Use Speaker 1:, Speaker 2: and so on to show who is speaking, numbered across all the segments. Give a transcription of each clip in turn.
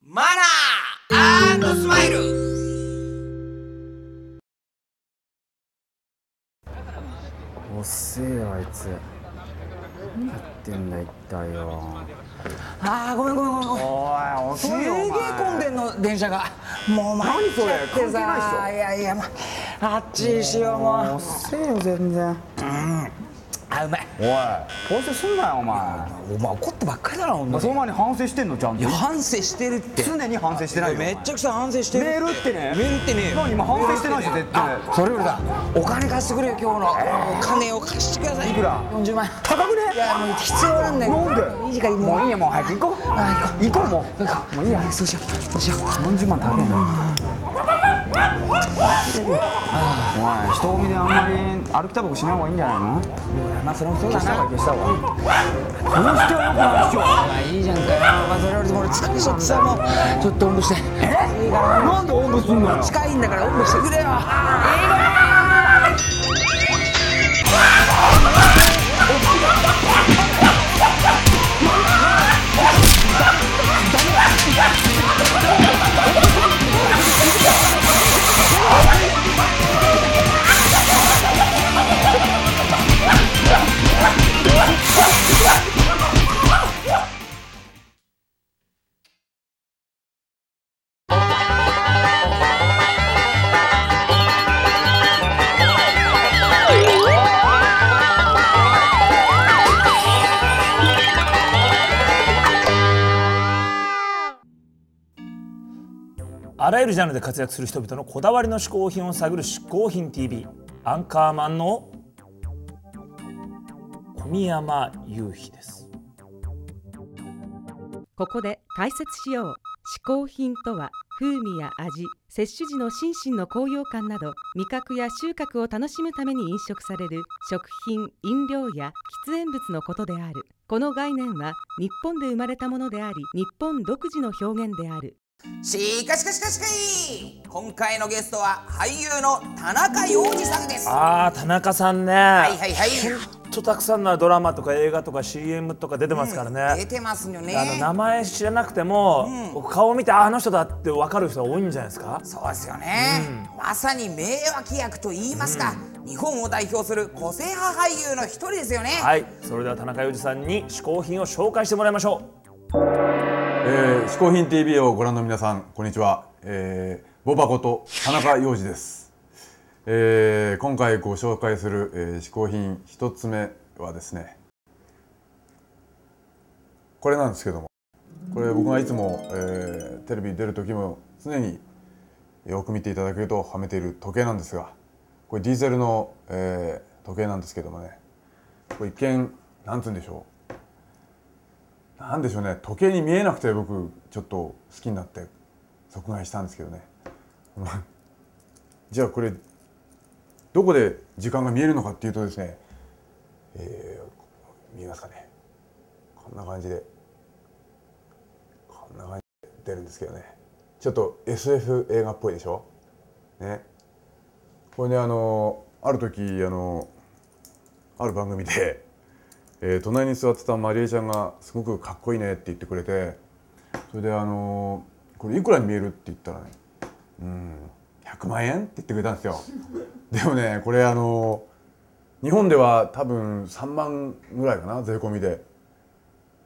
Speaker 1: マナーアンドスマイル
Speaker 2: 遅えよあいつ何やってんだ一体よ
Speaker 1: あーごめんごめんごめんごめん
Speaker 2: おい
Speaker 1: す
Speaker 2: 遅
Speaker 1: げえ混んでんの電車がもう参っちゃ
Speaker 2: 何それ
Speaker 1: って
Speaker 2: 関係
Speaker 1: さ
Speaker 2: ない
Speaker 1: やいやもうあっちにしようもう
Speaker 2: 遅えよ全然
Speaker 1: あうまい
Speaker 2: おい反省すんなよお前
Speaker 1: お前怒ってばっかりだなほんとに
Speaker 2: その前に反省してんのちゃん
Speaker 1: い
Speaker 2: と
Speaker 1: や反省してるって
Speaker 2: 常に反省してないよお
Speaker 1: め
Speaker 2: 前
Speaker 1: っちゃくちゃ反省してる
Speaker 2: メールってね
Speaker 1: メールってねえよ
Speaker 2: 何今反省してないし絶対
Speaker 1: あそれよりだお金貸してくれよ今日のお金を貸してください
Speaker 2: いくら
Speaker 1: 40万円
Speaker 2: 高くね
Speaker 1: いやもう必要なんだよ
Speaker 2: なんで
Speaker 1: いい時間も
Speaker 2: もういい
Speaker 1: よ
Speaker 2: やもう早く行こう
Speaker 1: あ
Speaker 2: 行こうも
Speaker 1: なんかもういいやそうしようそうしよう
Speaker 2: う40万高いなお前人混みであんまり歩きタバコしない方がいいんじゃないの
Speaker 1: まあそれもそう
Speaker 2: 消
Speaker 1: だ
Speaker 2: した
Speaker 1: な
Speaker 2: 方がいい消した方がいいどうしてよくないっしょ
Speaker 1: まあいいじゃんかよまあそれよりも俺疲れちゃってさもうちょっとおんぶしていいから
Speaker 2: なんでおんぶすんのよ
Speaker 1: 近いんだからおんぶしてくれよ
Speaker 3: あらゆるジャンルで活躍する人々のこだわりの嗜好品を探る嗜好品 TV アンカーマンの小宮山雄飛です
Speaker 4: ここで解説しよう。嗜好品とは風味や味、摂取時の心身の高揚感など味覚や収穫を楽しむために飲食される食品、飲料や喫煙物のことである。この概念は日本で生まれたものであり日本独自の表現である。
Speaker 1: しかしかしかしかし今回のゲストは俳優の田中洋次さんですは
Speaker 3: あー田中さんねはい
Speaker 1: はいはい
Speaker 3: ちょっとたくさんのドラマとか映画とか CM とか出てますから
Speaker 1: 出
Speaker 3: ね、
Speaker 1: てますよね
Speaker 3: あの名前知らなくても、僕顔見てああの人だって分かる人が多いんじゃないですか
Speaker 1: そうですよね、まさに名脇役と言いますか、日本を代表する個性派俳優の一人ですよね、
Speaker 3: はいそれでは田中裕二さんに嗜好品を紹介してもらいましょ
Speaker 5: えー、嗜好品 TV をご覧の皆さんこんにちは、えー、ボバこと田中洋二です、えー、今回ご紹介する、えー、嗜好品一つ目はですねこれなんですけどもこれ僕がいつも、えー、テレビに出る時も常によく見ていただけるとはめている時計なんですがこれディーゼルの、えー、時計なんですけどもねこれ一見なんつうんでしょうなんでしょうね時計に見えなくて僕ちょっと好きになって即買いしたんですけどね じゃあこれどこで時間が見えるのかっていうとですね、えー見えますかねこんな感じでこんな感じで出るんですけどねちょっと SF 映画っぽいでしょねこれねあのある時あのある番組でえー隣に座ってたマリエちゃんが「すごくかっこいいね」って言ってくれてそれで、あのーこれいくらに見える?」って言ったらね「うん100万円?」って言ってくれたんですよ。 でもねこれあのー日本では多分3万ぐらいかな税込みで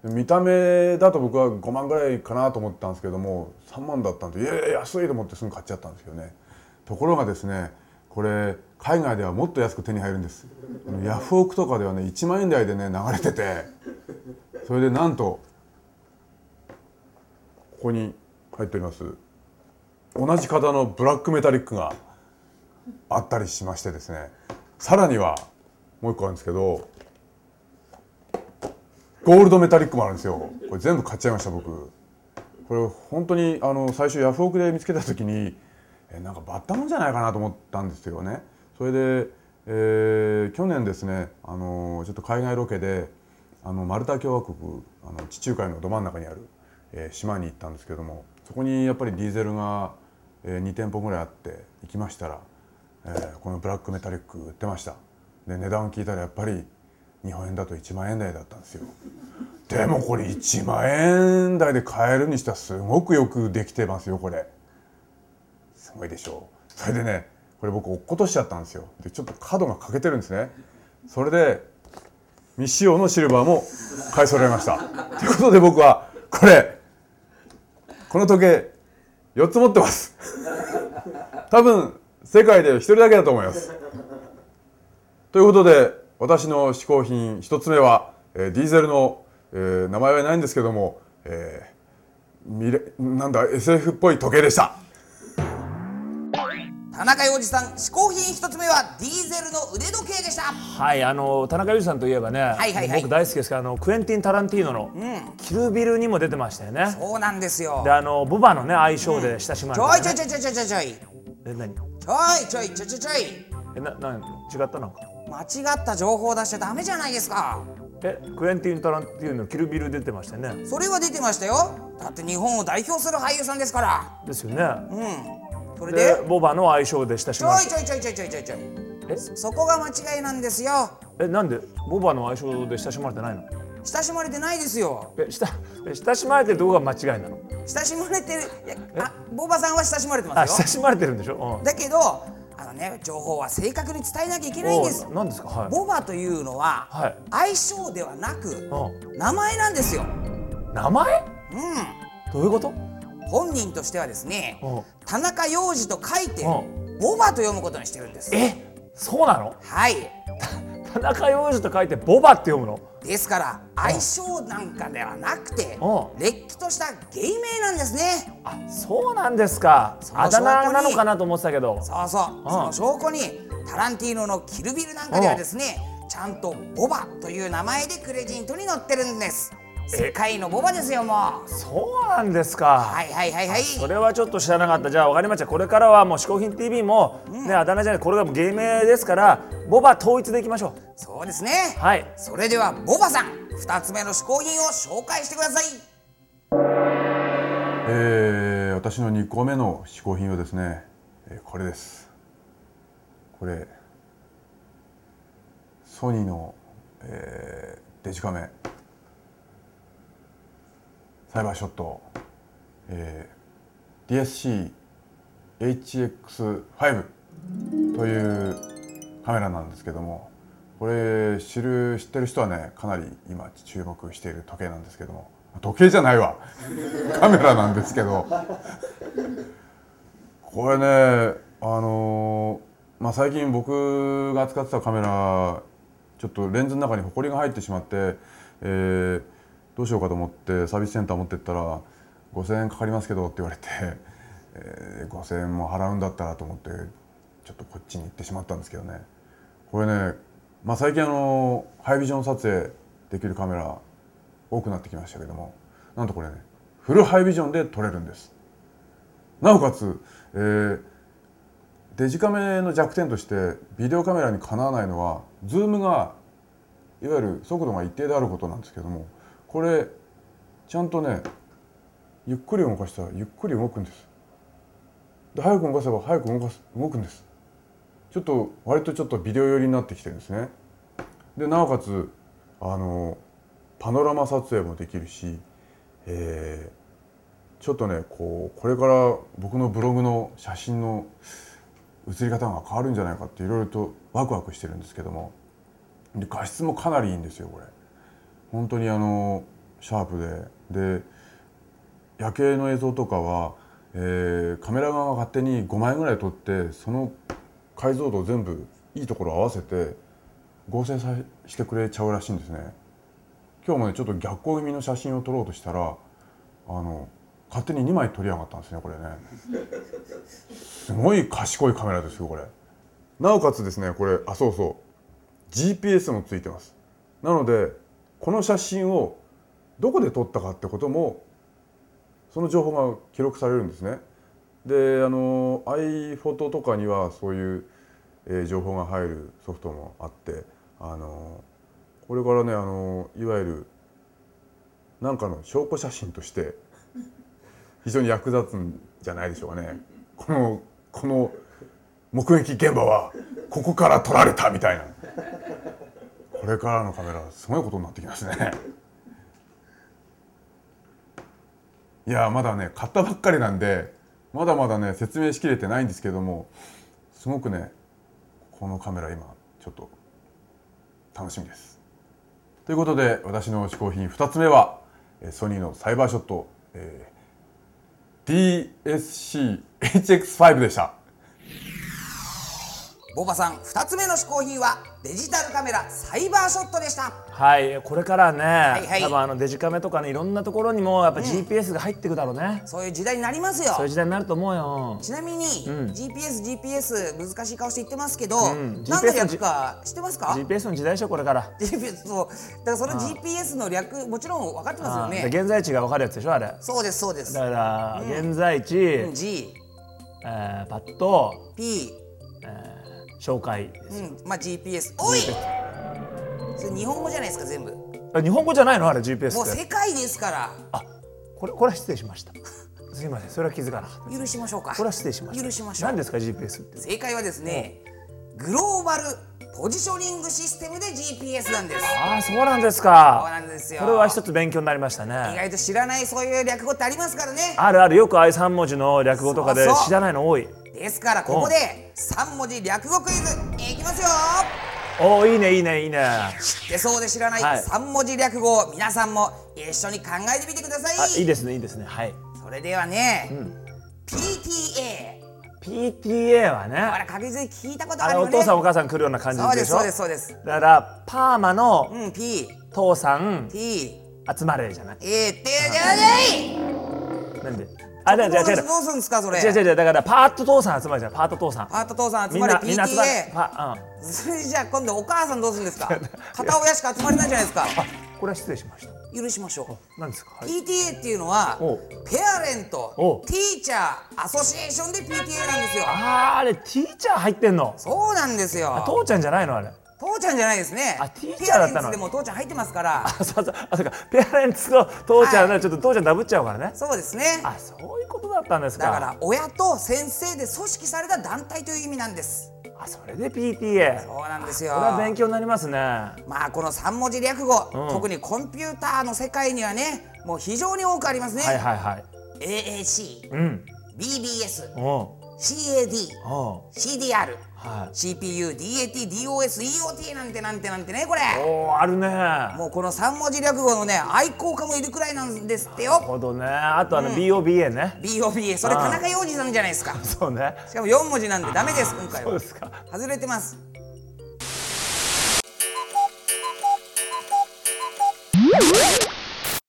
Speaker 5: 見た目だと僕は5万ぐらいかなと思ったんですけども3万だったんでいやいや安いと思ってすぐ買っちゃったんですけどねところがですねこれ海外ではもっと安く手に入るんですあのヤフオクとかではね1万円台でね流れててそれでなんとここに入っております同じ型のブラックメタリックがあったりしましてですねさらにはもう一個あるんですけどゴールドメタリックもあるんですよこれ全部買っちゃいました僕これ本当にあの最初ヤフオクで見つけた時にえなんかバッタもんじゃないかなと思ったんですけどねそれで、えー去年ですねあのちょっと海外ロケであのマルタ共和国あの地中海のど真ん中にある、えー島に行ったんですけどもそこにやっぱりディーゼルが、え2店舗ぐらいあって行きましたら、えーこのブラックメタリック売ってましたで値段を聞いたらやっぱり日本円だと1万円台だったんですよでもこれ1万円台で買えるにしたらすごくよくできてますよこれすごいでしょうそれでねこれ僕落っことしちゃったんですよでちょっと角が欠けてるんですねそれで未使用のシルバーも買い揃えましたということで僕はこれこの時計4つ持ってます多分世界で1人だけだと思いますということで私の嗜好品一つ目は、えーディーゼルの、えー名前はないんですけども、えー、未来なんだ SF っぽい時計でした
Speaker 1: 田中洋二さん嗜好品一つ目はディーゼルの腕時計でした
Speaker 3: はいあの田中裕二さんといえばね、
Speaker 1: いはいはい
Speaker 3: 僕大好きですけどあのクエンティン・タランティーノの「キルビル」にも出てましたよね、
Speaker 1: そうなんですよ
Speaker 3: であのボバのね愛称で親しまれ
Speaker 1: ちょいち
Speaker 3: て
Speaker 1: ょい
Speaker 3: ね、
Speaker 1: ちょいちょいちょいちょいちょい
Speaker 3: え何
Speaker 1: ちょいちょいちょいちょい
Speaker 3: えな何違ったなんか
Speaker 1: 間違った情報を出しちゃダメじゃないですか
Speaker 3: えクエンティン・タランティーノの「キルビル」出てましたよね
Speaker 1: それは出てましたよだって日本を代表する俳優さんですから
Speaker 3: ですよね
Speaker 1: それ
Speaker 3: で
Speaker 1: で
Speaker 3: ボバの愛称で親し
Speaker 1: ちょ
Speaker 3: まれ
Speaker 1: いちょいちょいちょいちょいちょいちょい
Speaker 3: え
Speaker 1: そこが間違いなんですよ
Speaker 3: てえなんでボバの愛称で親しまれてないの
Speaker 1: 親しまれてないですよ
Speaker 3: えしたえ親しまれてるとこが間違いなの
Speaker 1: 親しまれてるいやあボバさんは親しまれて
Speaker 3: あ
Speaker 1: ますよ
Speaker 3: 親しまれてるんでしょ、
Speaker 1: だけどあのね情報は正確に伝えなきゃいけ
Speaker 3: うん、
Speaker 1: ないんです
Speaker 3: おう何ですかはい
Speaker 1: ボバというのは、
Speaker 3: はい
Speaker 1: 愛称ではなく
Speaker 3: う
Speaker 1: 名前なんですよ
Speaker 3: ん名前
Speaker 1: うん
Speaker 3: どういうこと
Speaker 1: 本人としてはですね
Speaker 3: うん
Speaker 1: 田中洋次と書いて
Speaker 3: うん
Speaker 1: ボバと読むことにしてるんです
Speaker 3: えそうなの
Speaker 1: はい
Speaker 3: 田中洋次と書いてボバって読むの
Speaker 1: ですから愛称なんかではなくて
Speaker 3: うん
Speaker 1: れっきとした芸名なんですね
Speaker 3: あそうなんですか
Speaker 1: その
Speaker 3: あだ名
Speaker 1: 証拠に
Speaker 3: なのかなと思ってたけど
Speaker 1: そうそうその証拠にタランティーノの「キルビル」なんかではですねちゃんとボバという名前でクレジットに載ってるんです世界のボバですよもう
Speaker 3: そうなんですか、
Speaker 1: はいはいはいはい
Speaker 3: それはちょっと知らなかったじゃあ分かりましたこれからはもう「嗜好品 TV も」ねあだ名じゃないこれがもう芸名ですからボバ統一でいきましょう
Speaker 1: そうですね
Speaker 3: はい
Speaker 1: それではボバさん2つ目の嗜好品を紹介してください
Speaker 5: えー私の2個目の嗜好品はですね、えーこれですこれソニーの、えーデジカメサイバーショット、えー DSC-HX5 というカメラなんですけどもこれ知る知ってる人はねかなり今注目している時計なんですけども時計じゃないわカメラなんですけどこれねあのーまあ、最近僕が扱ってたカメラちょっとレンズの中にホコリが入ってしまって、えーどうしようかと思ってサービスセンター持ってったら5,000円かかりますけどって言われて、えー5,000円も払うんだったらと思ってちょっとこっちに行ってしまったんですけどねこれね、まあ、最近あのハイビジョン撮影できるカメラ多くなってきましたけどもなんとこれねフルハイビジョンで撮れるんですなおかつ、えーデジカメの弱点としてビデオカメラにかなわないのはズームがいわゆる速度が一定であることなんですけどもこれちゃんとねゆっくり動かしたらゆっくり動くんですで早く動かせば早く動かす動くんですちょっと割とちょっとビデオ寄りになってきてるんですねでなおかつあのパノラマ撮影もできるし、えーちょっとねこうこれから僕のブログの写真の写り方が変わるんじゃないかっていろいろとワクワクしてるんですけどもで画質もかなりいいんですよこれ本当にあのシャープでで夜景の映像とかは、えーカメラ側が勝手に5枚ぐらい撮ってその解像度を全部いいところを合わせて合成さしてくれちゃうらしいんですね今日もねちょっと逆光気味の写真を撮ろうとしたらあの勝手に2枚撮りやがったんですねこれねすごい賢いカメラですよこれなおかつですねこれあそうそう GPS もついてますなのでこの写真をどこで撮ったかってこともその情報が記録されるんですねであの iPhoto とかにはそういう、えー情報が入るソフトもあってあのこれからねあのいわゆるなんかの証拠写真として非常に役立つんじゃないでしょうかねこのこの目撃現場はここから撮られたみたいなこれからのカメラすごいことになってきますねいやまだね買ったばっかりなんでまだまだね説明しきれてないんですけどもすごくねこのカメラ今ちょっと楽しみです。ということで私の試行品2つ目はえーソニーのサイバーショット、えー DSC-HX5 でした。
Speaker 1: ボバさん2つ目の試行品はデジタルカメラサイバーショットでした
Speaker 3: はい、これからね、
Speaker 1: いはい
Speaker 3: 多分あのデジカメとかね、いろんなところにもやっぱ GPS が入ってくだろうね。
Speaker 1: そういう時代になりますよ
Speaker 3: そういう時代になると思うよ。
Speaker 1: ちなみに、
Speaker 3: ん
Speaker 1: GPS、GPS 難しい顔して言ってますけど、
Speaker 3: ん
Speaker 1: 何の略か知ってますか
Speaker 3: GPS の時代でしょこれから。
Speaker 1: GPS そうだからその GPS の略もちろん分かってますよ
Speaker 3: あー
Speaker 1: ね
Speaker 3: 現在地が分かるやつでしょあれ。だ
Speaker 1: そうですそうです
Speaker 3: から、現在地、え
Speaker 1: G、
Speaker 3: ーパッと
Speaker 1: P、
Speaker 3: 紹介です
Speaker 1: うん、まあ GPS おいそれ日本語じゃないですか全部も
Speaker 3: あ日本語じゃないのあれ GPS
Speaker 1: う
Speaker 3: って。
Speaker 1: 世界ですから
Speaker 3: あ、これこれは失礼しました。すみません、それは気づかなかった。
Speaker 1: 許しましょうか
Speaker 3: これは失礼しました。
Speaker 1: 許しましょう
Speaker 3: 何ですか GPS って。
Speaker 1: 正解はですねグローバルポジショニングシステムで GPS なんです
Speaker 3: ああ、そうなんです
Speaker 1: そう
Speaker 3: か。
Speaker 1: なんですよ
Speaker 3: これは一つ勉強になりました
Speaker 1: 意
Speaker 3: ね。
Speaker 1: 外と知らないそういう略語ってありますからね
Speaker 3: あるあるよくああいう三文字の略語とかで
Speaker 1: そうそう
Speaker 3: 知らないの多い。
Speaker 1: ですからここで3文字略語クイズいきますよ
Speaker 3: おお、いいねいいねいいね。あ
Speaker 1: 知ってそうで知らな
Speaker 3: はい
Speaker 1: い3文字略語を皆さんも一緒に考えてみてくださ
Speaker 3: いい
Speaker 1: い
Speaker 3: ですねいいですね。はい。
Speaker 1: それではね PTA
Speaker 3: PTA はね。
Speaker 1: あれ確実に聞いたこと
Speaker 3: あ
Speaker 1: ある
Speaker 3: れ
Speaker 1: よ
Speaker 3: お
Speaker 1: ね
Speaker 3: 父さんお母さん来るような感
Speaker 1: そうで
Speaker 3: じですしょ
Speaker 1: そうですそうです
Speaker 3: だからパーマの
Speaker 1: うん P
Speaker 3: 父さん
Speaker 1: T
Speaker 3: 集まれじゃない
Speaker 1: A ってじゃない
Speaker 3: なんであじゃあじゃあ違う違
Speaker 1: どうするんですかそれ
Speaker 3: う違う違う違うだからパーッと父さん集まれじゃんパーッと父さん
Speaker 1: パート父さん集
Speaker 3: みん
Speaker 1: まり
Speaker 3: なみんな集まれ
Speaker 1: PTA
Speaker 3: パうん
Speaker 1: それじゃあ今度お母さんどうするん ですか片親しか集まれないじゃないですか
Speaker 3: これは失礼しました
Speaker 1: 許しましょう
Speaker 3: 何ですか、はい
Speaker 1: PTA っていうのは
Speaker 3: おう
Speaker 1: ペアレン
Speaker 3: お
Speaker 1: ト
Speaker 3: う
Speaker 1: ティーチャーアソシエーションで PTA なんですよ
Speaker 3: あーあれティーチャー入ってんの
Speaker 1: そうなんですよ
Speaker 3: 父ちゃんじゃないのあれ
Speaker 1: 父ちゃんじゃないですね
Speaker 3: あティーチャーだったの
Speaker 1: ペアレンツでも父ちゃん入ってますから
Speaker 3: あそうそうあそうかペアレンツと父ちゃん
Speaker 1: は
Speaker 3: ねちょっと父ちゃんダブっちゃうからね
Speaker 1: そうですね
Speaker 3: あそういうことだったんですか
Speaker 1: だから親と先生で組織された団体という意味なんです
Speaker 3: あそれで PTA
Speaker 1: そうなんですよ
Speaker 3: これは勉強になりますね
Speaker 1: まあこの三文字略語、
Speaker 3: うん
Speaker 1: 特にコンピューターの世界にはねもう非常に多くありますね、
Speaker 3: はいはいはい
Speaker 1: AAC、
Speaker 3: うん
Speaker 1: BBS、
Speaker 3: おう
Speaker 1: CAD、
Speaker 3: おう
Speaker 1: CDR、
Speaker 3: はい
Speaker 1: CPU、DAT、DOS、EOT なんてなんてなんてねこれ
Speaker 3: おーあるね
Speaker 1: もうこの三文字略語のね愛好家もいるくらいなんですってよ
Speaker 3: なるほどねあとあの BOBA ね、
Speaker 1: BOBA それ田中洋次さんじゃないですか
Speaker 3: そうね
Speaker 1: しかも四文字なんでダメです今回
Speaker 3: そう
Speaker 1: は
Speaker 3: ですか
Speaker 1: 外れてます